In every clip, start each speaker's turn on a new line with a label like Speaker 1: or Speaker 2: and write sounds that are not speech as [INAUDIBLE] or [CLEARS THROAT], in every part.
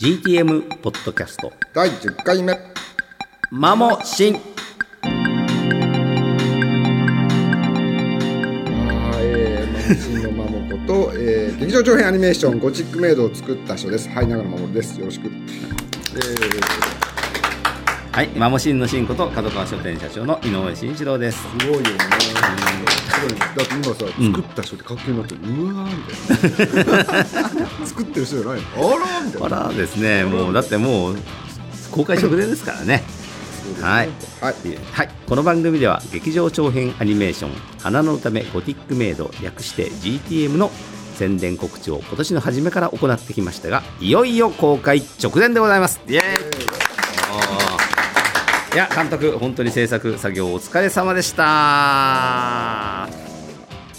Speaker 1: GTM ポッドキャスト
Speaker 2: 第10回目
Speaker 1: マモシン
Speaker 2: はい、えー、マモチンのマモコと、えー、劇場長編アニメーションゴチックメイドを作った人です。はい、長野守です。よろしく。えー、
Speaker 1: はいマモシンのシンこと角川書店社長の井上慎一郎です
Speaker 2: すごいよね。すごいだって今さ、作った人ってかっこいいなって、うわーみたいな。作ってる人じゃないのあらーみたい
Speaker 1: あ
Speaker 2: な。
Speaker 1: らですねもうだってもう公開直前ですからねはい
Speaker 2: はい。
Speaker 1: はい、この番組では劇場長編アニメーション「花の歌めゴティックメイド」略して GTM の宣伝告知を今年の初めから行ってきましたがいよいよ公開直前でございますイエーイいや監督本当に制作作業お疲れ様でした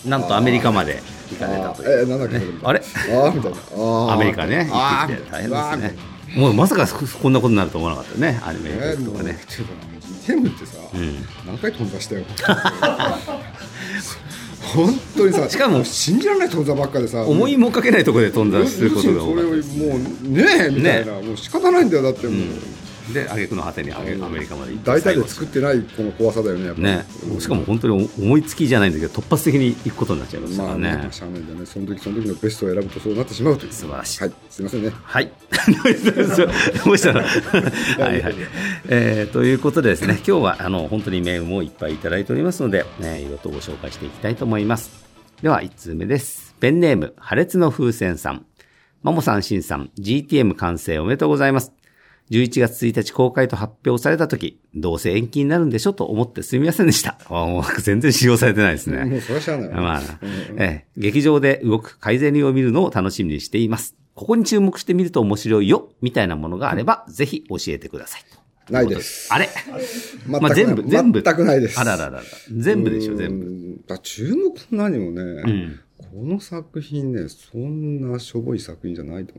Speaker 1: なんとアメリカまで行かれた
Speaker 2: あ
Speaker 1: と
Speaker 2: ー
Speaker 1: い
Speaker 2: え
Speaker 1: う
Speaker 2: ー、なんだっけ、
Speaker 1: あれ
Speaker 2: あーみたいな。あー
Speaker 1: アメリカね行
Speaker 2: あ
Speaker 1: っ
Speaker 2: ー
Speaker 1: てきて大変です
Speaker 2: みたいな
Speaker 1: ねもうまさかこんなことになると思わなかったねアニメ
Speaker 2: ね
Speaker 1: ーション
Speaker 2: もう
Speaker 1: とかね
Speaker 2: ていうかなゲームってさ、
Speaker 1: ん
Speaker 2: 何回飛んだしたよ [LAUGHS] 本当にさ
Speaker 1: しかも
Speaker 2: 信じられない飛んだばっかでさ
Speaker 1: 思い
Speaker 2: も
Speaker 1: もかけないところで飛んだすることが多
Speaker 2: そ
Speaker 1: か
Speaker 2: れ
Speaker 1: った
Speaker 2: をもう
Speaker 1: です
Speaker 2: ねえみたいな、もう仕方ないんだよだってもう、
Speaker 1: で挙句の果てにアメアメリカまで行って
Speaker 2: 大体
Speaker 1: 最後
Speaker 2: で作ってないこの怖さだよねやっぱり
Speaker 1: ねしかも本当に思いつきじゃないんだけど突発的に行くことになっちゃいましたか
Speaker 2: ま
Speaker 1: ら
Speaker 2: あ
Speaker 1: ね、
Speaker 2: ね、しゃあないんだねその時その時のベストを選ぶとそうなってしまうという
Speaker 1: 素晴らしい
Speaker 2: はいすいませんね
Speaker 1: はい。 [LAUGHS] どうしたら。 [LAUGHS] はいはい。えーということでですね、今日はあの本当にメールもいっぱいいただいておりますので、えー、いろいろとご紹介していきたいと思います。では、1通目です。ペンネーム、破裂の風船さん。マモさん、シンさん、GTM 完成おめでとうございます。11月1日公開と発表された時、どうせ延期になるんでしょと思ってすみませんでした。あもう全然使用されてないですね。 [LAUGHS]
Speaker 2: もうそれはしゃあないわ
Speaker 1: まあ、ええ、劇場で動く改善流を見るのを楽しみにしています。ここに注目してみると面白いよ、みたいなものがあれば、ぜひ教えてください。
Speaker 2: ないです
Speaker 1: あれ
Speaker 2: 全
Speaker 1: まあ、全部、全部。
Speaker 2: 全くないです
Speaker 1: あらららら。全部でしょ、全部。
Speaker 2: 部。だ注目も何もね、
Speaker 1: ん
Speaker 2: この作品ね、そんなしょぼい作品じゃないと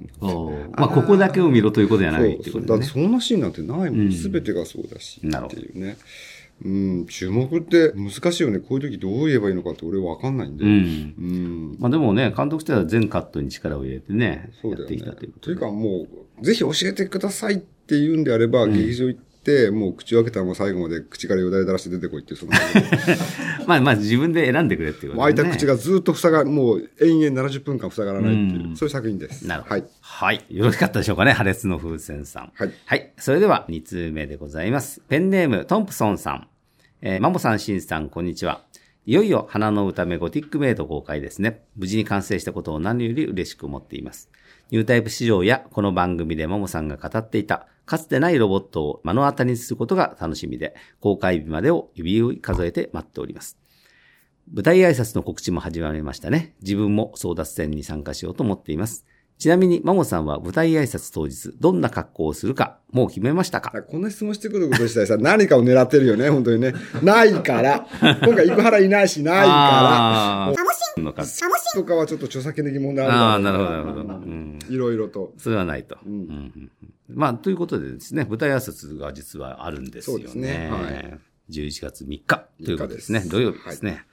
Speaker 1: お
Speaker 2: 思う。
Speaker 1: ーまあ、ここだけを見ろということじゃないっていう
Speaker 2: そ
Speaker 1: こ
Speaker 2: う
Speaker 1: と
Speaker 2: だ
Speaker 1: で
Speaker 2: って
Speaker 1: すね。
Speaker 2: そんなシーンなんてないも
Speaker 1: うん
Speaker 2: ん。すべてがそうだし、
Speaker 1: なる
Speaker 2: っ
Speaker 1: ほ
Speaker 2: て
Speaker 1: ど
Speaker 2: いうね。うん、注目って難しいよね。こういう時どう言えばいいのかって俺わかんないんで。
Speaker 1: う。ん。
Speaker 2: うん。
Speaker 1: まあ、でもね、監督としては全カットに力を入れてね、
Speaker 2: そ
Speaker 1: や
Speaker 2: う
Speaker 1: っ
Speaker 2: だよ
Speaker 1: て
Speaker 2: ね。
Speaker 1: きたということ
Speaker 2: いう
Speaker 1: と
Speaker 2: かもう、ぜひ教えてくださいって言うんであれば、劇場行って、もう口を開けたらもう最後まで口からよだれ垂らして出てこいっ
Speaker 1: [LAUGHS]
Speaker 2: ていう、その。
Speaker 1: で。まあ、まあ、自分で選んでくれっていうこ
Speaker 2: もう開
Speaker 1: と
Speaker 2: い
Speaker 1: で
Speaker 2: た
Speaker 1: ね。
Speaker 2: 口がずっと塞が、もう延々70分間塞がらないっていう、
Speaker 1: うん
Speaker 2: そういう作品です。
Speaker 1: なるほど。
Speaker 2: は
Speaker 1: はいい。。よろしかったでしょうかね。破裂の風船さん。
Speaker 2: はい
Speaker 1: それでは2通目でございます。ペンネーム、トンプソンさん。えーマモさん、シンさん、こんにちは。いよいよ花の歌めゴティックメイド公開ですね。無事に完成したことを何より嬉しく思っています。ニュータイプ市場やこの番組でマモさんが語っていた、かつてないロボットを目の当たりにすることが楽しみで、公開日までを指を数えて待っております。舞台挨拶の告知も始まりましたね。自分も争奪戦に参加しようと思っています。ちなみに、マモさんは舞台挨拶当日、どんな格好をするか、もう決めましたか
Speaker 2: あこんな質問してくること自体さ、 [LAUGHS] 何かを狙ってるよね、本当にね。ないから。今回、生原いないし、ないか
Speaker 1: あーのか
Speaker 2: ら。とかはちょっと著作権的問題
Speaker 1: あ
Speaker 2: あ
Speaker 1: ー、
Speaker 2: る
Speaker 1: な
Speaker 2: か
Speaker 1: る
Speaker 2: ら
Speaker 1: ほど、なるほど。うん
Speaker 2: いろいろと。
Speaker 1: それはないと。
Speaker 2: ん
Speaker 1: うんうんうんまあ、ということでですね、舞台挨拶が実はあるんですよね。
Speaker 2: そうですねはい
Speaker 1: 11月3日ということですね。
Speaker 2: 3日です
Speaker 1: 土曜日ですね、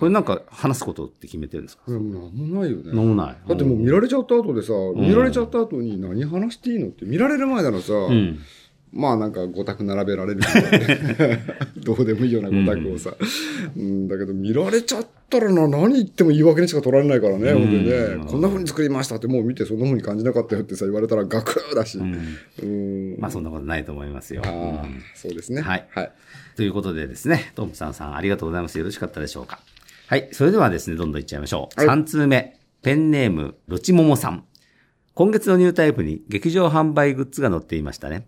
Speaker 1: これなんか話すことって決めてるんですか、
Speaker 2: これもう何もないよね。
Speaker 1: 飲むない。
Speaker 2: だってもう見られちゃった後でさ、
Speaker 1: ん
Speaker 2: 見られちゃった後に何話していいのって、見られる前ならさ、
Speaker 1: うん。
Speaker 2: まあなんか5択並べられるみたいな [LAUGHS] どうでもいいような5択をさ、うんだけど見られちゃったらな何言っても言い訳にしか取られないからね、
Speaker 1: うん
Speaker 2: 本当に
Speaker 1: うん
Speaker 2: ねこんな風に作りましたってもう見てそんな風に感じなかったよってさ言われたらガクーだし、
Speaker 1: う
Speaker 2: うん
Speaker 1: ん
Speaker 2: ん
Speaker 1: まあ、そんなことないと思いますよ。
Speaker 2: あ
Speaker 1: う
Speaker 2: あ
Speaker 1: ん
Speaker 2: そうですね
Speaker 1: はい
Speaker 2: はい、
Speaker 1: ということでですね、トムさんさんありがとうございます。よろしかったでしょうか。はい。それではですね、どんどんいっちゃいましょう。
Speaker 2: はい
Speaker 1: 3通目。ペンネーム、ロチモモさん。今月のニュータイプに劇場販売グッズが載っていましたね。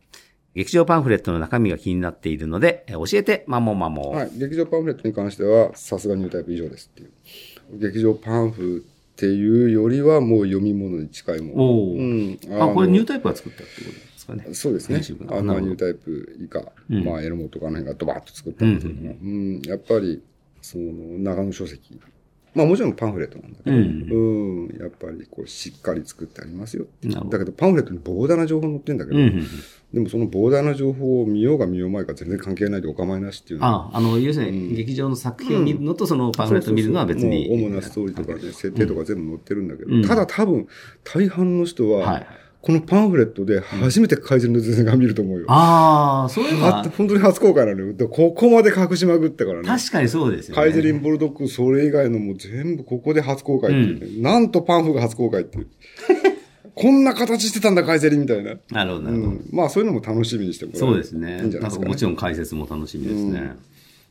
Speaker 1: 劇場パンフレットの中身が気になっているので、え教えて、マモマモ。
Speaker 2: はい、劇場パンフレットに関してはさすがニュータイプ以上ですっていう劇場パンフっていうよりはもう読み物に近いも
Speaker 1: おお、
Speaker 2: の、うん、
Speaker 1: あ、これ
Speaker 2: の
Speaker 1: ニュータイプが作ったってことですかね。
Speaker 2: そうですね
Speaker 1: 編集部。の
Speaker 2: あ
Speaker 1: な
Speaker 2: の
Speaker 1: るほど
Speaker 2: ニュータイプ以下、
Speaker 1: うん
Speaker 2: まあ、エロモとかあの辺がドバッと作ったんですけども、うんやっぱり、その、長野書籍。まあ、もちろんパンフレットなんだけど、
Speaker 1: う
Speaker 2: うんん、やっぱり、こう、しっかり作ってありますよって。
Speaker 1: なるほど
Speaker 2: だけど、パンフレットに膨大な情報載ってんだけ
Speaker 1: うん
Speaker 2: ど、
Speaker 1: うんうん。
Speaker 2: でもその膨大な情報を見ようが見ようまいが全然関係ないでお構いなしっていうのは、
Speaker 1: あ、あの、要するに劇場の作品を見るのとそのパンフレットを見るのは別に。
Speaker 2: そうそうそうもう主なストーリーとかね、設定とか全部載ってるんだけど、
Speaker 1: うん
Speaker 2: ただ多分、大半の人は、
Speaker 1: はい。
Speaker 2: このパンフレットで初めて怪人の前が見ると思うよ。
Speaker 1: ああ、そういうの
Speaker 2: は
Speaker 1: は、
Speaker 2: 本当に初公開なのよ。でここまで隠しまくったからね。
Speaker 1: 確かにそうですよね。
Speaker 2: カイゼリン・ボルドック、それ以外のも全部ここで初公開っていうね、なんとパンフが初公開っていう。 [LAUGHS] こんな形してたんだ、カイゼリンみたいな。
Speaker 1: なるほど、な
Speaker 2: う
Speaker 1: るほど。
Speaker 2: ん、まあそういうのも楽しみにしてもら
Speaker 1: そうですね。
Speaker 2: いいんじゃ
Speaker 1: ないん
Speaker 2: なです
Speaker 1: か
Speaker 2: か、ね。
Speaker 1: もちろん解説も楽しみですね。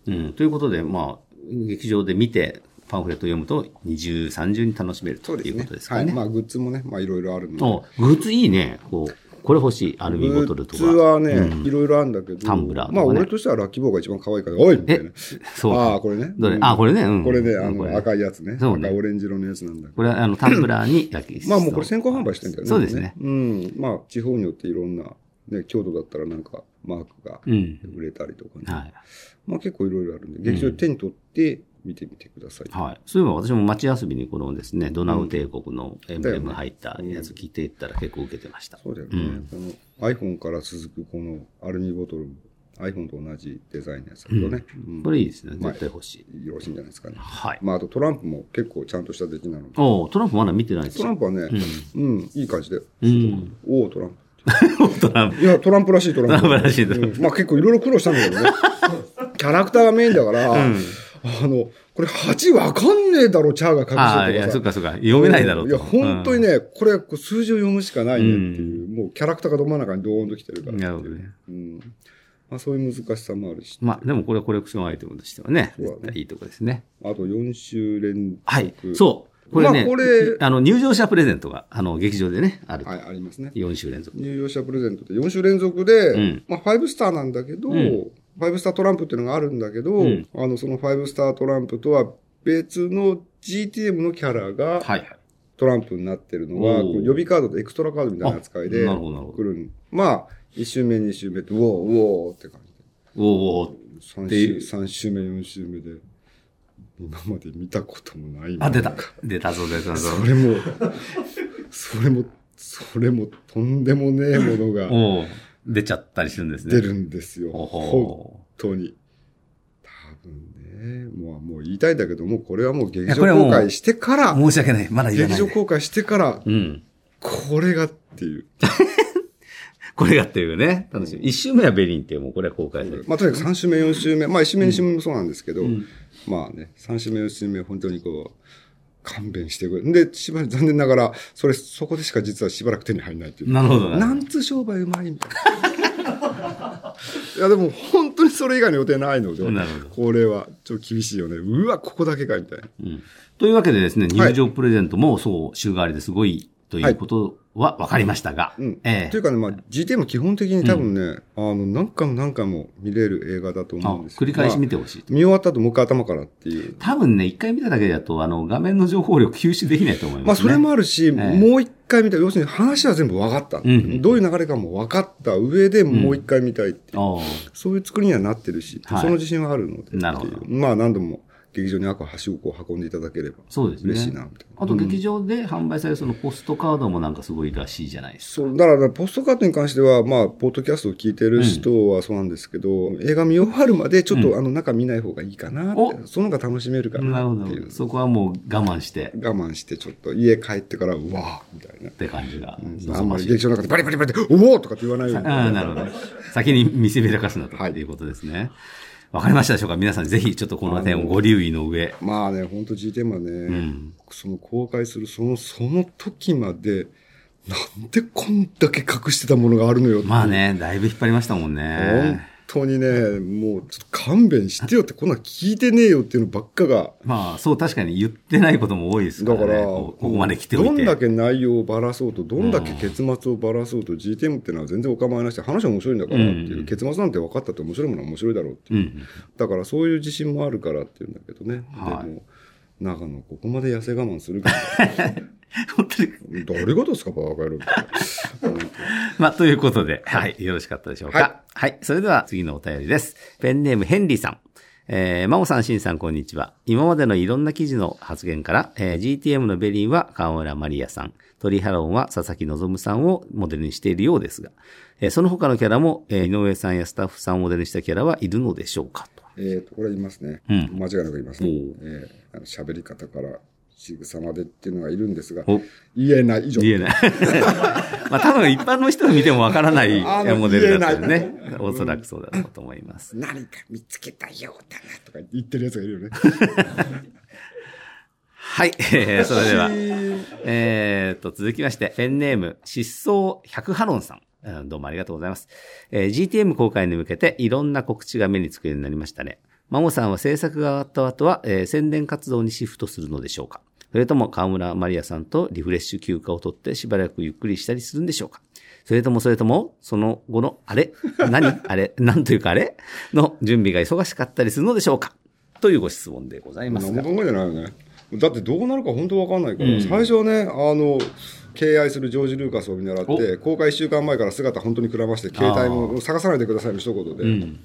Speaker 1: うん、ということで、まあ、劇場で見て、パンフレットを読むと二重、三重に楽しめると
Speaker 2: そうで
Speaker 1: いう
Speaker 2: す
Speaker 1: こ
Speaker 2: ね
Speaker 1: とです。
Speaker 2: は
Speaker 1: か
Speaker 2: い。
Speaker 1: ね。
Speaker 2: まあグッズもね、まあいろいろあるので。
Speaker 1: おグッズいいね。こう、これ欲しい。アルミボトルと
Speaker 2: グッズ
Speaker 1: か。
Speaker 2: はね、いろいろあるんだけど。
Speaker 1: タンブラーとか
Speaker 2: ま
Speaker 1: ね
Speaker 2: あ俺としてはラッキーボーが一番可愛いから、おいみたいな。
Speaker 1: そう
Speaker 2: あ
Speaker 1: か。
Speaker 2: あ、これね。
Speaker 1: どれ
Speaker 2: うん
Speaker 1: あ、これね。うん。
Speaker 2: これね、あ
Speaker 1: うんこ
Speaker 2: の、
Speaker 1: れ
Speaker 2: 赤いやつね。赤
Speaker 1: そうね
Speaker 2: オレンジ色のやつなんだけど。
Speaker 1: これは、あの、タンブラーに焼き
Speaker 2: [CLEARS THROAT] まあもうこれ先行販売してんだよね。
Speaker 1: そうですね。
Speaker 2: うん。まあ地方によっていろんな、ね、京都だったらなんかマークが
Speaker 1: うん。
Speaker 2: 売れたりとかね。
Speaker 1: はい。
Speaker 2: まあ結構いろいろあるんで、劇場で手に取って見てみてください。
Speaker 1: はい。そういえば私も街遊びにこのですね、ドナウ帝国のエンブレム入ったやつ聞いていったら結構受けてました。
Speaker 2: そうだよね。この iPhone から続くこのアルミボトルも iPhone と同じデザインのやつだけどね。うん
Speaker 1: これいいですね。絶対欲しい。
Speaker 2: よろしいんじゃないですかね。
Speaker 1: はい。
Speaker 2: まああとトランプも結構ちゃんとした出来なので。
Speaker 1: おおトランプまだ見てないです
Speaker 2: トラ
Speaker 1: よ。
Speaker 2: ンプはね、うん、いい感じで。
Speaker 1: うん。
Speaker 2: おお、トラン
Speaker 1: トランプ。
Speaker 2: プ。いや、トランプらしいトラン
Speaker 1: ト
Speaker 2: プ。
Speaker 1: ランプらしいトラン
Speaker 2: うんまあ結構いろいろ苦労したんだけどね。キャラクターがメインだから、あの、これ8わかんねえだろ、チャーが隠してるとか
Speaker 1: あ
Speaker 2: さ。
Speaker 1: あ、いや、そっかそっか。読めないだろう
Speaker 2: い
Speaker 1: と。
Speaker 2: や、本当にね、これ、数字を読むしかないねっていう、もうキャラクターがど真ん中にドーンと来てるか
Speaker 1: う
Speaker 2: ら
Speaker 1: ん。
Speaker 2: って
Speaker 1: なる
Speaker 2: いう
Speaker 1: ほどね。
Speaker 2: うんまあ、そういう難しさもあるし、
Speaker 1: まあ、でもこれはコレクションアイテムとしてはね、
Speaker 2: そうだね
Speaker 1: 絶対いいとこですね。
Speaker 2: あと4週連続。
Speaker 1: はい。そう。これね、
Speaker 2: まあこれ
Speaker 1: あの、入場者プレゼントが、あの、劇場でね、ある。
Speaker 2: はい、ありますね。
Speaker 1: 4週連続。
Speaker 2: 入場者プレゼントって4週連続で、
Speaker 1: ん
Speaker 2: まあ、5スターなんだけど、
Speaker 1: ん
Speaker 2: ファイブスタートランプっていうのがあるんだけど、
Speaker 1: ん
Speaker 2: あの、その5スタートランプとは別の GTM のキャラが
Speaker 1: はいはい。
Speaker 2: トランプになってるの
Speaker 1: お
Speaker 2: は、
Speaker 1: ー
Speaker 2: この予備カードでエクストラカードみたいな扱いで
Speaker 1: あなるほどなるほど
Speaker 2: 来るんまあ、1週目、2週目って、ウォー、ウォーって感じで。
Speaker 1: おーおー
Speaker 2: 3
Speaker 1: てい
Speaker 2: 週
Speaker 1: う
Speaker 2: 三週目、4週目で、今まで見たこともない
Speaker 1: あ、出た。出たぞ、出たぞ。
Speaker 2: それも、それも、それもとんでもねえものが
Speaker 1: おお出ちゃったりするんですね。
Speaker 2: 出るんですよ。
Speaker 1: お
Speaker 2: 本
Speaker 1: ほ
Speaker 2: 当に。多分ね、もう、もう言いたいんだけど、もうこれはもう劇
Speaker 1: や
Speaker 2: 場
Speaker 1: これはもう
Speaker 2: 公開してから、
Speaker 1: 申し訳ない。まだ言わ
Speaker 2: 劇
Speaker 1: ないで。
Speaker 2: 場公開してから、
Speaker 1: うん。
Speaker 2: これがっていう。
Speaker 1: これがっていうね。楽しみ。1周目はベリンっていう、もうこれは公開される。
Speaker 2: まあ、とにかく3週目、4週目、まあ、1週目、2週目もそうなんですけど、
Speaker 1: ん
Speaker 2: まあね、3週目、4週目、本当にこう、勘弁してくれ。んで、しばらく、残念ながら、それ、そこでしか実はしばらく手に入らないっていう。
Speaker 1: なるほどな。
Speaker 2: なんつう商売うまいみたいな。いや、でも、本当にそれ以外の予定ないので、
Speaker 1: なるほど
Speaker 2: これは、ちょっと厳しいよね。うわ、ここだけか、みたいな。
Speaker 1: うんというわけでですね、入場プレゼントもそう、週替わりですごいということは分かりましたが、
Speaker 2: うん
Speaker 1: え
Speaker 2: とい
Speaker 1: え
Speaker 2: うかね、まあ、GTM 基本的に多分ね、あの、何回も何回も見れる映画だと思
Speaker 1: あ
Speaker 2: うんです
Speaker 1: 繰り返し見
Speaker 2: ま
Speaker 1: てほしい
Speaker 2: あ。見終わった後、もう一回頭からっていう。
Speaker 1: 多分ね、一回見ただけだと、あの、画面の情報量吸収できないと思い
Speaker 2: ま
Speaker 1: ま
Speaker 2: あ、
Speaker 1: す
Speaker 2: そ
Speaker 1: ね。
Speaker 2: れもあるし、もう一回見たい。要するに話は全部分かった。
Speaker 1: ん
Speaker 2: どういう流れかも分かった上でもう一回見たいっていう、
Speaker 1: ああ
Speaker 2: そういう作りにはなってるし、
Speaker 1: はい
Speaker 2: その自信はあるので。
Speaker 1: なるほど
Speaker 2: っていうまあ、何度も劇場に赤足をこう運んでいただければ
Speaker 1: そうですね。
Speaker 2: 嬉しいな、みたいな。
Speaker 1: あと、劇場で販売されるそのポストカードもなんかすごいらしいじゃないですか。
Speaker 2: そう、だから、ポストカードに関しては、まあ、ポッドキャストを聞いてる人はそうなんですけど、映画見終わるまで、ちょっと、あの、中見ない方がいいかなって
Speaker 1: お
Speaker 2: その方が楽しめるか
Speaker 1: なる
Speaker 2: な
Speaker 1: ほ
Speaker 2: っていう
Speaker 1: ど。。そこはもう我慢して
Speaker 2: 我慢して、ちょっと、家帰ってから、うわーみたいな
Speaker 1: っ。て感じが
Speaker 2: あ
Speaker 1: 望
Speaker 2: ん
Speaker 1: ま
Speaker 2: ま
Speaker 1: し
Speaker 2: り
Speaker 1: い。
Speaker 2: 劇場の中でバリバリバリって、おおとかって言わないように。
Speaker 1: ああ、なるほど。先に見せびらかすなということですね。わかりましたでしょうか皆さんぜひちょっとこの点をご留意の上。
Speaker 2: まあね、本当 GTM はね、
Speaker 1: ん
Speaker 2: その公開するその、その時まで、なんでこんだけ隠してたものがあるのよっていう
Speaker 1: まあね、だいぶ引っ張りましたもん
Speaker 2: 本
Speaker 1: ね。
Speaker 2: 当にね、もうちょっと勘弁してよって、こんなん聞いてねえよっていうのばっかが、
Speaker 1: まあ、そう、確かに言ってないことも多いですか
Speaker 2: だ
Speaker 1: ら
Speaker 2: か
Speaker 1: ね。
Speaker 2: ら、
Speaker 1: こうここまで来ておいて。
Speaker 2: どんだけ内容をばらそうと、どんだけ結末をばらそうと、GTM っていうのは全然お構いなしで、話は面白いんだからっていう、
Speaker 1: うん
Speaker 2: 結末なんて分かったって面白いものは面白いだろうっていう
Speaker 1: う、ん。
Speaker 2: だからそういう自信もあるからっていうんだけどね、
Speaker 1: はい
Speaker 2: でも、長野、ここまで痩せ我慢するから、
Speaker 1: 本当に。
Speaker 2: 誰がですか、バカ
Speaker 1: [LAUGHS]
Speaker 2: 野郎って。
Speaker 1: まあ、ということで、はい、よろしかったでしょうか。は
Speaker 2: はい
Speaker 1: い、それでは次のお便りです。ペンネームヘンリーさん。えー、マモさん、シンさん、こんにちは。今までのいろんな記事の発言から、えー GTM のベリンは河村マリアさん、鳥ハロンは佐々木望さんをモデルにしているようですが、えーその他のキャラも、えー井上さんやスタッフさんをモデルにしたキャラはいるのでしょうかと。
Speaker 2: えっと、これ言いますね。
Speaker 1: うん
Speaker 2: 間違いなく言いますね。
Speaker 1: お
Speaker 2: え
Speaker 1: う
Speaker 2: ーあの喋り方から仕草までっていうのがいるんですが、
Speaker 1: お
Speaker 2: 言えない以上。
Speaker 1: 言えない。 [LAUGHS] まあ多分一般の人が見てもわからない
Speaker 2: あー
Speaker 1: モデルだったよ
Speaker 2: 見え
Speaker 1: ね。おそらくそうだろうと思います。
Speaker 2: 何か見つけたようだなとか言ってるやつがいるよね。
Speaker 1: はい、えーそれでは
Speaker 2: 欲。し [LAUGHS] い
Speaker 1: えーっと、続きまして、ペンネーム、失踪百ハロンさん。うんどうもありがとうございます。えー GTM 公開に向けていろんな告知が目につくようになりましたね。マモさんは制作が終わった後は、えー宣伝活動にシフトするのでしょうかそれとも河村マリアさんとリフレッシュ休暇を取ってしばらくゆっくりしたりするんでしょうかそれともそれとも、その後のあれ何 [LAUGHS] あれなんというかあれの準備が忙しかったりするのでしょうかというご質問でございます
Speaker 2: 何も
Speaker 1: が。
Speaker 2: 考えてないよね。だってどうなるか本当わかんないから、
Speaker 1: うん
Speaker 2: 最初はね、あの、敬愛するジョージ・ルーカスを見習って、公開1週間前から姿本当にくらまして、携帯も探さないでくださいの一言で、
Speaker 1: うん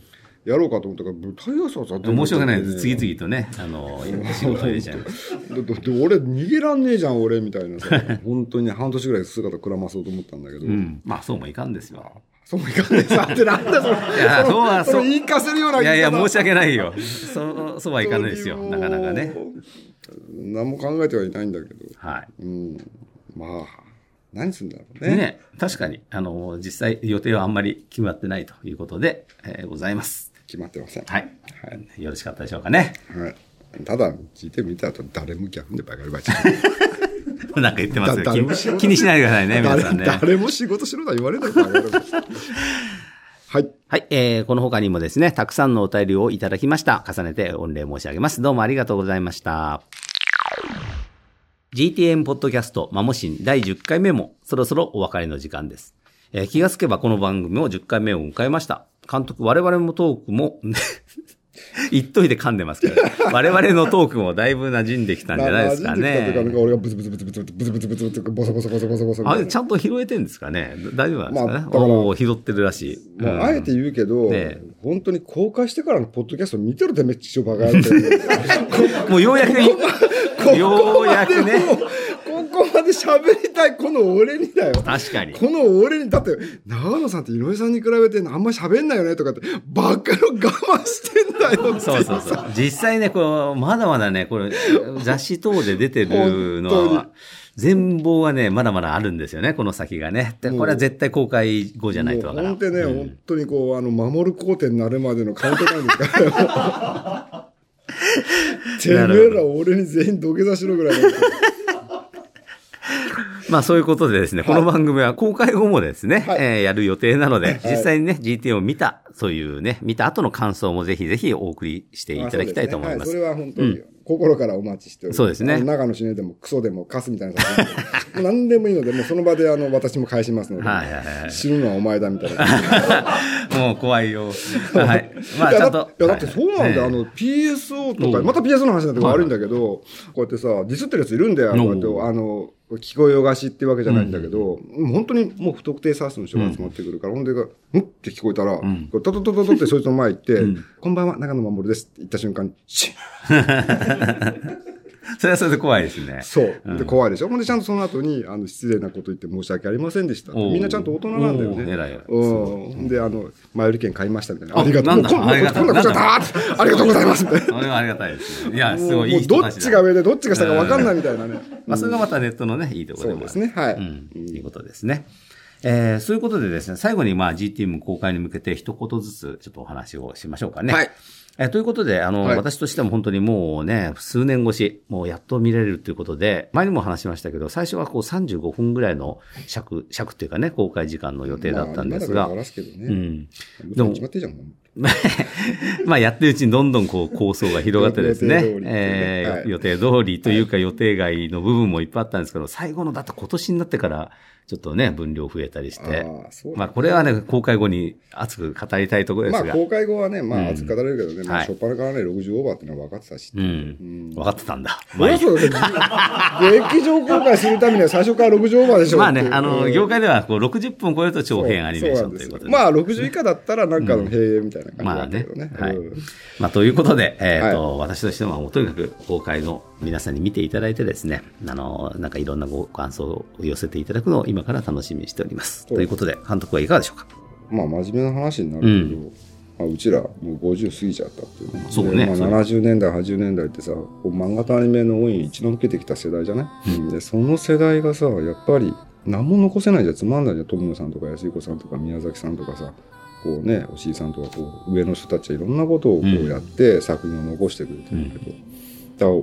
Speaker 2: やろうかと思ったから、舞台挨拶はどう
Speaker 1: 申し訳ないで。
Speaker 2: です
Speaker 1: 次々とね、あの、仕事入れちゃいます。
Speaker 2: だだって俺逃げらんねえじゃん、俺みたいなさ、本当にね、半年ぐらい姿くらまそうと思ったんだけど、
Speaker 1: うん。まあ、そうもいかんですよ。
Speaker 2: そうもいかんねえさってなんだそれ。
Speaker 1: いや、 [LAUGHS] そうは、
Speaker 2: そ
Speaker 1: そう。
Speaker 2: れ言
Speaker 1: い
Speaker 2: いかせるような言
Speaker 1: やいや、
Speaker 2: 方
Speaker 1: 申し訳ないよ。そう、そうはいかないですよ。なかなかね。。
Speaker 2: 何も考えてはいないんだけど。
Speaker 1: は
Speaker 2: うん。まあ、何するんだろう
Speaker 1: い。
Speaker 2: ね。
Speaker 1: ね、確かに、あの、実際予定はあんまり決まってないということで、えーございます。
Speaker 2: 決まってません。
Speaker 1: はい。よろしかったでしょうかね。 [LAUGHS]
Speaker 2: はい。ただ、聞いてみたと誰も逆にバカリバチ。
Speaker 1: なんか言ってますよ。
Speaker 2: だ
Speaker 1: 気に気にしないでくださいね、皆
Speaker 2: 誰
Speaker 1: さんね。
Speaker 2: 誰も仕事しろとは言われないからバカリバチはい。
Speaker 1: はい、えー、この他にもですね、たくさんのお便りをいただきました。重ねて御礼申し上げます。どうもありがとうございました。GTM ポッドキャスト、マモシン第10回目も、そろそろお別れの時間です。えー気がつけばこの番組も10回目を迎えました。監督、我々もトークも、 [LAUGHS] 言っといて噛んでますけど、我々のトークもだいぶ馴染んできたんじゃないですか
Speaker 2: [LAUGHS] 馴染んできたというかなん
Speaker 1: ね。
Speaker 2: か俺がブツブツブツブツブツブツブツブツボソボソボソボソボソみたい
Speaker 1: あ
Speaker 2: な
Speaker 1: れ、ちゃんと拾えてんですかね大丈夫なんですかね、
Speaker 2: まあだから
Speaker 1: おー拾ってるらしい。
Speaker 2: もう
Speaker 1: うん
Speaker 2: あえて言うけど、
Speaker 1: ねえ
Speaker 2: 本当に公開してからのポッドキャスト見てるてめっちゃバカやってる。
Speaker 1: もうようやく、ようやくね。
Speaker 2: ここまで喋りたい、この俺にだよ。
Speaker 1: 確かに。
Speaker 2: この俺に、だって、長野さんって井上さんに比べてあんまり喋んないよねとかって、バカの我慢してんだよって
Speaker 1: そうそうそう。実際ね、こう、まだまだね、これ、雑誌等で出てるの
Speaker 2: 本当
Speaker 1: は、全貌はね、まだまだあるんですよね、この先がね。で、
Speaker 2: もう
Speaker 1: これは絶対公開後じゃないとわから。
Speaker 2: もうん本当にね、
Speaker 1: うん
Speaker 2: 本当にこう、あの、守る工程になるまでのカウントダウンですから。てめえら俺に全員土下座しろぐらいの。
Speaker 1: まあそういうことでですね、この番組は公開後もですね、えーやる予定なので、実際にね、GT を見た、そういうね、見た後の感想もぜひぜひお送りしていただきたいと思います。
Speaker 2: あそうですねはい、それは本当に、心からお待ちしております。
Speaker 1: そうですね
Speaker 2: あの長野死ねでもクソでもカスみたいな作品。もう何でもいいので、もうその場であの私も返しますので、
Speaker 1: はいはいはい
Speaker 2: 死ぬのはお前だみたいな。
Speaker 1: もう怖いよ。はい。まあ
Speaker 2: い
Speaker 1: ち
Speaker 2: や
Speaker 1: ゃん
Speaker 2: だ
Speaker 1: と
Speaker 2: って。いやだってそうなんだよ、
Speaker 1: はい
Speaker 2: あの PSO とか、
Speaker 1: うん
Speaker 2: また PSO の話になって悪いんだけど、こうやってさ、ディスってるやついるんだよ、
Speaker 1: うん
Speaker 2: こうやって、あの、聞こえよがしってわけじゃないんだけど、もう本当にもう不特定多数の人が集まってくるから、ほんでが、んって聞こえたら、
Speaker 1: ん
Speaker 2: こうトトトトトってそいつの前行って、
Speaker 1: ん
Speaker 2: こんばんは、長野守ですって言った瞬間に、シュッ
Speaker 1: それはそれで怖いですね。
Speaker 2: そう。で、怖いでしょ。ほんで、ちゃんとその後に、あの、失礼なこと言って申し訳ありませんでした。
Speaker 1: おう
Speaker 2: みんなちゃんと大人なんだよ
Speaker 1: おう
Speaker 2: ね。
Speaker 1: 偉い偉い
Speaker 2: うん。ほんで、あの、前売り券買いましたみたいな。
Speaker 1: あ
Speaker 2: ありがと
Speaker 1: なん
Speaker 2: う。
Speaker 1: だ
Speaker 2: こん
Speaker 1: ありが
Speaker 2: な
Speaker 1: と
Speaker 2: こ
Speaker 1: う
Speaker 2: と、こんなことちゃったあーありがとうございますみたいな。
Speaker 1: それはありがたいですね。いや、すごいい
Speaker 2: も
Speaker 1: いう人
Speaker 2: ど
Speaker 1: た
Speaker 2: っ
Speaker 1: ちだ
Speaker 2: ちが上でどっちが下か分かんないみたいなね。
Speaker 1: まあ、それがまたネットのね、いいところで
Speaker 2: そう
Speaker 1: もあ
Speaker 2: で
Speaker 1: る
Speaker 2: すね。はい。
Speaker 1: うん、いうことですね。えー、そういうことでですね、最後にまあ GTM 公開に向けて一言ずつちょっとお話をしましょうかね。
Speaker 2: はい。
Speaker 1: えーということで、あの、
Speaker 2: はい
Speaker 1: 私としても本当にもうね、数年越し、もうやっと見れるということで、前にも話しましたけど、最初はこう35分ぐらいの尺、尺っていうかね、公開時間の予定だったんです
Speaker 2: まあ
Speaker 1: が、
Speaker 2: 今だから終わらすけど
Speaker 1: う
Speaker 2: ね。
Speaker 1: ん。
Speaker 2: でも決まってるじゃん。もう
Speaker 1: [LAUGHS] まあやってるうちにどんどんこう構想が広がってです
Speaker 2: 予
Speaker 1: ね
Speaker 2: 定通り、
Speaker 1: えー
Speaker 2: はい
Speaker 1: 予定通りというか予定外の部分もいっぱいあったんですけど、最後のだと今年になってからちょっとね、分量増えたりし
Speaker 2: あ
Speaker 1: て、
Speaker 2: ーそう
Speaker 1: まあこれはね、公開後に熱く語りたいところで
Speaker 2: まあ
Speaker 1: すが、
Speaker 2: 公開後はね、まあ熱く語れるけどね、まあ
Speaker 1: はい
Speaker 2: 初っ端からね、60オーバーってのは分かってたし。
Speaker 1: うん、分かってたんだ。
Speaker 2: そりゃそうだよ劇場公開するためには最初から60オーバーでしょ。
Speaker 1: まあね
Speaker 2: ってい、う
Speaker 1: あの、
Speaker 2: うん
Speaker 1: 業界ではこう60分超えると長
Speaker 2: そう
Speaker 1: 編アニメーションという
Speaker 2: そ
Speaker 1: こと
Speaker 2: な
Speaker 1: で。
Speaker 2: んすよまあ60以下だったらなんかの平営みたいな
Speaker 1: まあ
Speaker 2: 感じだ
Speaker 1: ね
Speaker 2: けどね。。
Speaker 1: はい
Speaker 2: うん。
Speaker 1: まあ、ということで、えっ、と、私としては、もうとにかく、公開の皆さんに見ていただいてですね、あの、なんかいろんなご感想を寄せていただくのを今から楽しみにしております。
Speaker 2: そう
Speaker 1: ということで、監督はいかがでしょうか
Speaker 2: まあ真面目な話になるけど、うまあ、うちらもう50過ぎちゃったっていうね
Speaker 1: そうね
Speaker 2: でまあ、
Speaker 1: そう
Speaker 2: 70年代80年代ってさこう漫画とアニメの多い一度受けてきた世代じゃない、でその世代がさやっぱり何も残せないじゃつまんないじゃん友野さんとか安彦さんとか宮崎さんとかさこうね押井さんとかこう上の人たちはいろんなことをこうやって作品を残してくれてるけど、だから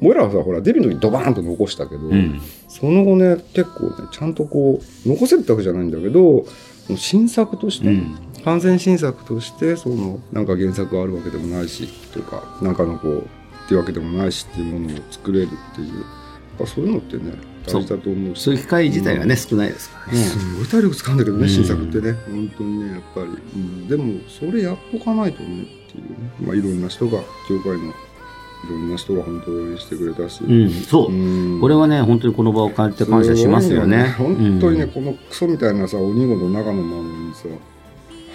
Speaker 2: 俺らはさほらデビューの時にドバーンと残したけど、
Speaker 1: うん。
Speaker 2: その後ね結構ねちゃんとこう残せるってわけじゃないんだけど新作として、
Speaker 1: うん。
Speaker 2: 完全新作としてそのなんか原作があるわけでもないしとかなんかのこうっていうわけでもないしっていうものを作れるっていうやっぱそういうのってね
Speaker 1: そう
Speaker 2: 大事だと思うし
Speaker 1: そういう機会自体がね、少ないですからね。
Speaker 2: すごい体力使うんだけどね、
Speaker 1: うん
Speaker 2: 新作ってね本当にねやっぱり、うんでもそれやっとかないとねっていうね、まあ、いろんな人が業界のいろんな人が本当応援してくれたし、
Speaker 1: うん、そう。
Speaker 2: うん
Speaker 1: これはね、本当にこの場を借りて感謝しますよね。
Speaker 2: すごい本当にね、
Speaker 1: うん
Speaker 2: このクソみたいなさ、鬼子の長野なのにさ、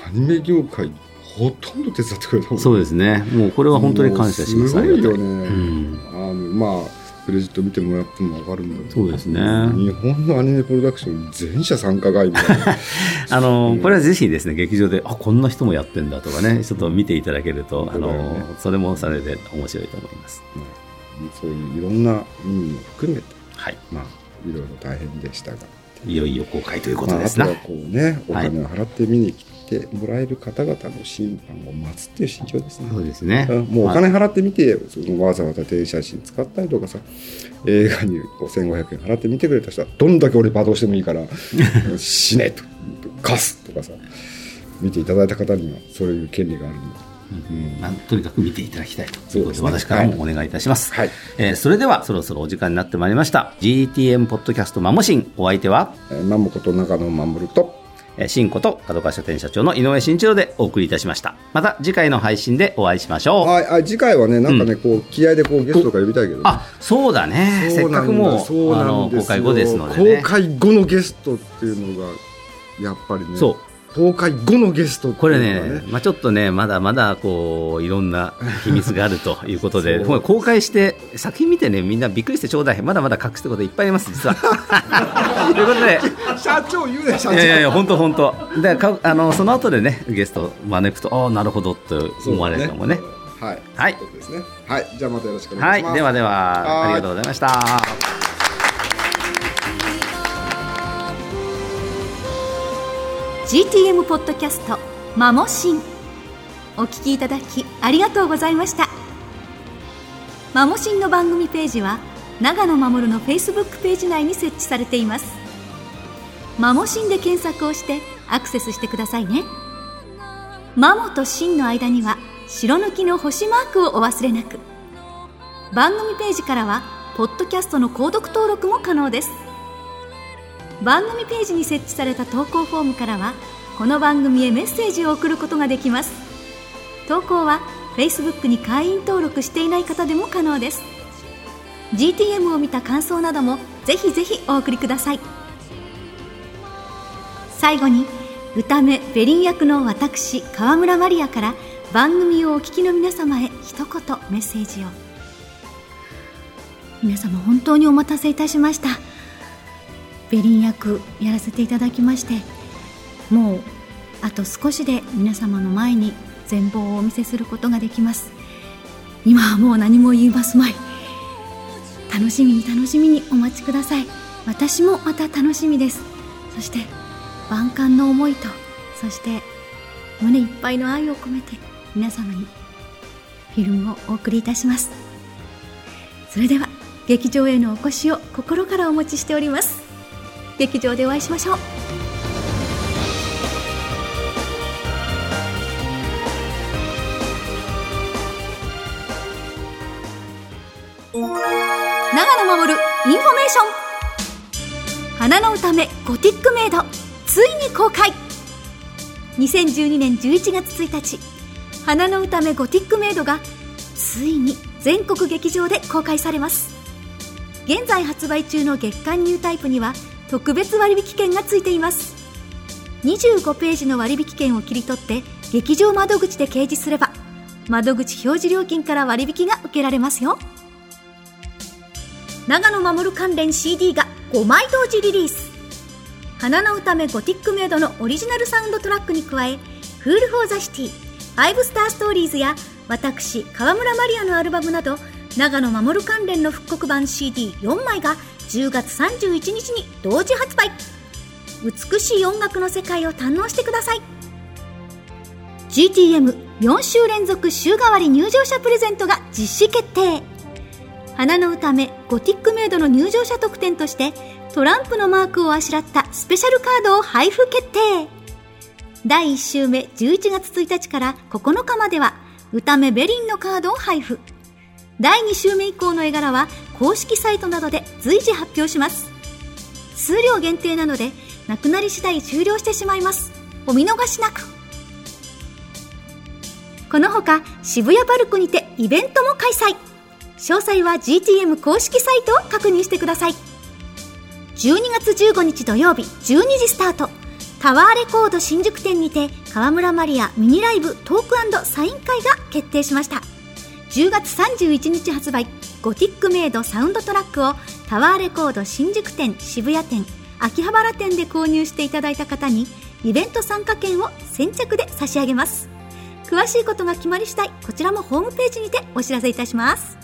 Speaker 2: アニメ業界、ほとんど手伝ってくれたもん
Speaker 1: そう
Speaker 2: う
Speaker 1: ですね。もうこれは本当に感謝します。
Speaker 2: すごいよ
Speaker 1: あ
Speaker 2: ね。
Speaker 1: りがたいうん。
Speaker 2: あの、まあ、クレジット見てもらってもわかるんだけど。
Speaker 1: そうですね。
Speaker 2: 日本のアニメプロダクション全社参加外みたいな。 [LAUGHS]
Speaker 1: あの、これはぜひですね、劇場で、あ、こんな人もやってんだとかね、ちょっと見ていただけると、あ
Speaker 2: そうだよね
Speaker 1: の、それもそれで面白いと思います。
Speaker 2: そういういろんな意味も含めて、
Speaker 1: はい。
Speaker 2: まあ、いろいろ大変でしたが。
Speaker 1: いよいよ公開ということ
Speaker 2: まあ、
Speaker 1: で
Speaker 2: あ
Speaker 1: す
Speaker 2: と
Speaker 1: な。
Speaker 2: はこうね、お
Speaker 1: はい
Speaker 2: 金を払って見に来てもらえる方々の審判を待つっていう心境ですね。
Speaker 1: そうですね。
Speaker 2: うんもうお金払ってみてよ、そのわざわざ停車賃使ったりとかさ映画にこう1500円払って見てくれた人はどんだけ俺罵倒してもいいから死ねと貸すとかさ見ていただいた方にはそういう権利があるんだ、うん
Speaker 1: まあとにかく見ていただきたいという
Speaker 2: そ
Speaker 1: こと
Speaker 2: うで
Speaker 1: です
Speaker 2: ね
Speaker 1: 私からもお願いいたします、
Speaker 2: はい
Speaker 1: えーそれではそろそろお時間になってまいりました GTM ポッドキャストマモシンお相手は
Speaker 2: えーマモこと中野守と
Speaker 1: えーシンコと角川書店社長の井上慎一郎でお送りいたしましたまた次回の配信でお会いしましょうあ
Speaker 2: はいあ次回はねなんかね、こう気合でこうゲストとか呼びたいけどね、
Speaker 1: そうだねせ
Speaker 2: そ
Speaker 1: っ
Speaker 2: うな
Speaker 1: か
Speaker 2: んだ
Speaker 1: くも
Speaker 2: そう
Speaker 1: あ
Speaker 2: な
Speaker 1: の
Speaker 2: んですよ
Speaker 1: 公開後ですのでね
Speaker 2: 公開後のゲストっていうのがやっぱりね
Speaker 1: そう
Speaker 2: 公開後のゲストっていうのが
Speaker 1: これね、まあ、ちょっとね、まだまだこういろんな秘密があるということで、
Speaker 2: そう
Speaker 1: これ公開して、作品見てね、みんなびっくりしてちょうだい、まだまだ隠すこといっぱいあります、実は。ということで、
Speaker 2: 社長言うね社長
Speaker 1: いやいやいや、本当、本当、でかあのその後でね、ゲストを招くと、ああ、なるほどと思われるかもね。
Speaker 2: はい。
Speaker 1: はい
Speaker 2: そうですね。はい。じゃあまたよろしくお願
Speaker 1: はい
Speaker 2: し
Speaker 1: い
Speaker 2: ます。、
Speaker 1: ではでは、
Speaker 2: は
Speaker 1: あ
Speaker 2: い
Speaker 1: りがとうございました。
Speaker 3: GTM ポッドキャスト「マモシン」お聞きいただきありがとうございましたマモシンの番組ページは長野守の Facebook ページ内に設置されていますマモシンで検索をしてアクセスしてくださいねマモとシンの間には白抜きの星マークをお忘れなく番組ページからはポッドキャストの購読登録も可能です番組ページに設置された投稿フォームからはこの番組へメッセージを送ることができます投稿は Facebook に会員登録していない方でも可能です GTM を見た感想などもぜひぜひお送りください最後に歌目ベリン役の私川村マリアから番組をお聞きの皆様へ一言メッセージを皆様本当にお待たせいたしましたベリン役やらせていただきましてもうあと少しで皆様の前に全貌をお見せすることができます今はもう何も言いますまい楽しみに楽しみにお待ちください私もまた楽しみですそして万感の思いとそして胸いっぱいの愛を込めて皆様にフィルムをお送りいたしますそれでは劇場へのお越しを心からお待ちしております劇場でお会いしましょう長野守るインフォメーション花の歌めゴティックメイドついに公開2012年11月1日花の歌めゴティックメイドがついに全国劇場で公開されます現在発売中の月間ニュータイプには特別割引券がついています25ページの割引券を切り取って劇場窓口で掲示すれば窓口表示料金から割引が受けられますよ長野守関連 CD が5枚同時リリース花の歌めゴティックメイドのオリジナルサウンドトラックに加え「フール・フォー・ザ・シティ」「ファイブ・スター・ストーリーズ」や私川村マリアのアルバムなど長野守関連の復刻版 CD4 枚が10月31日に同時発売美しい音楽の世界を堪能してください GTM4 週連続週替わり入場者プレゼントが実施決定花の歌めゴティックメイドの入場者特典としてトランプのマークをあしらったスペシャルカードを配布決定第1週目11月1日から9日までは歌めベリンのカードを配布第2週目以降の絵柄は公式サイトなどで随時発表します数量限定なのでなくなり次第終了してしまいますお見逃しなくこのほか渋谷パルコにてイベントも開催詳細は GTM 公式サイトを確認してください12月15日土曜日12時スタートタワーレコード新宿店にて河村マリアミニライブトークサイン会が決定しました10月31日発売ゴティックメイドサウンドトラックをタワーレコード新宿店渋谷店秋葉原店で購入していただいた方にイベント参加券を先着で差し上げます詳しいことが決まり次第こちらもホームページにてお知らせいたします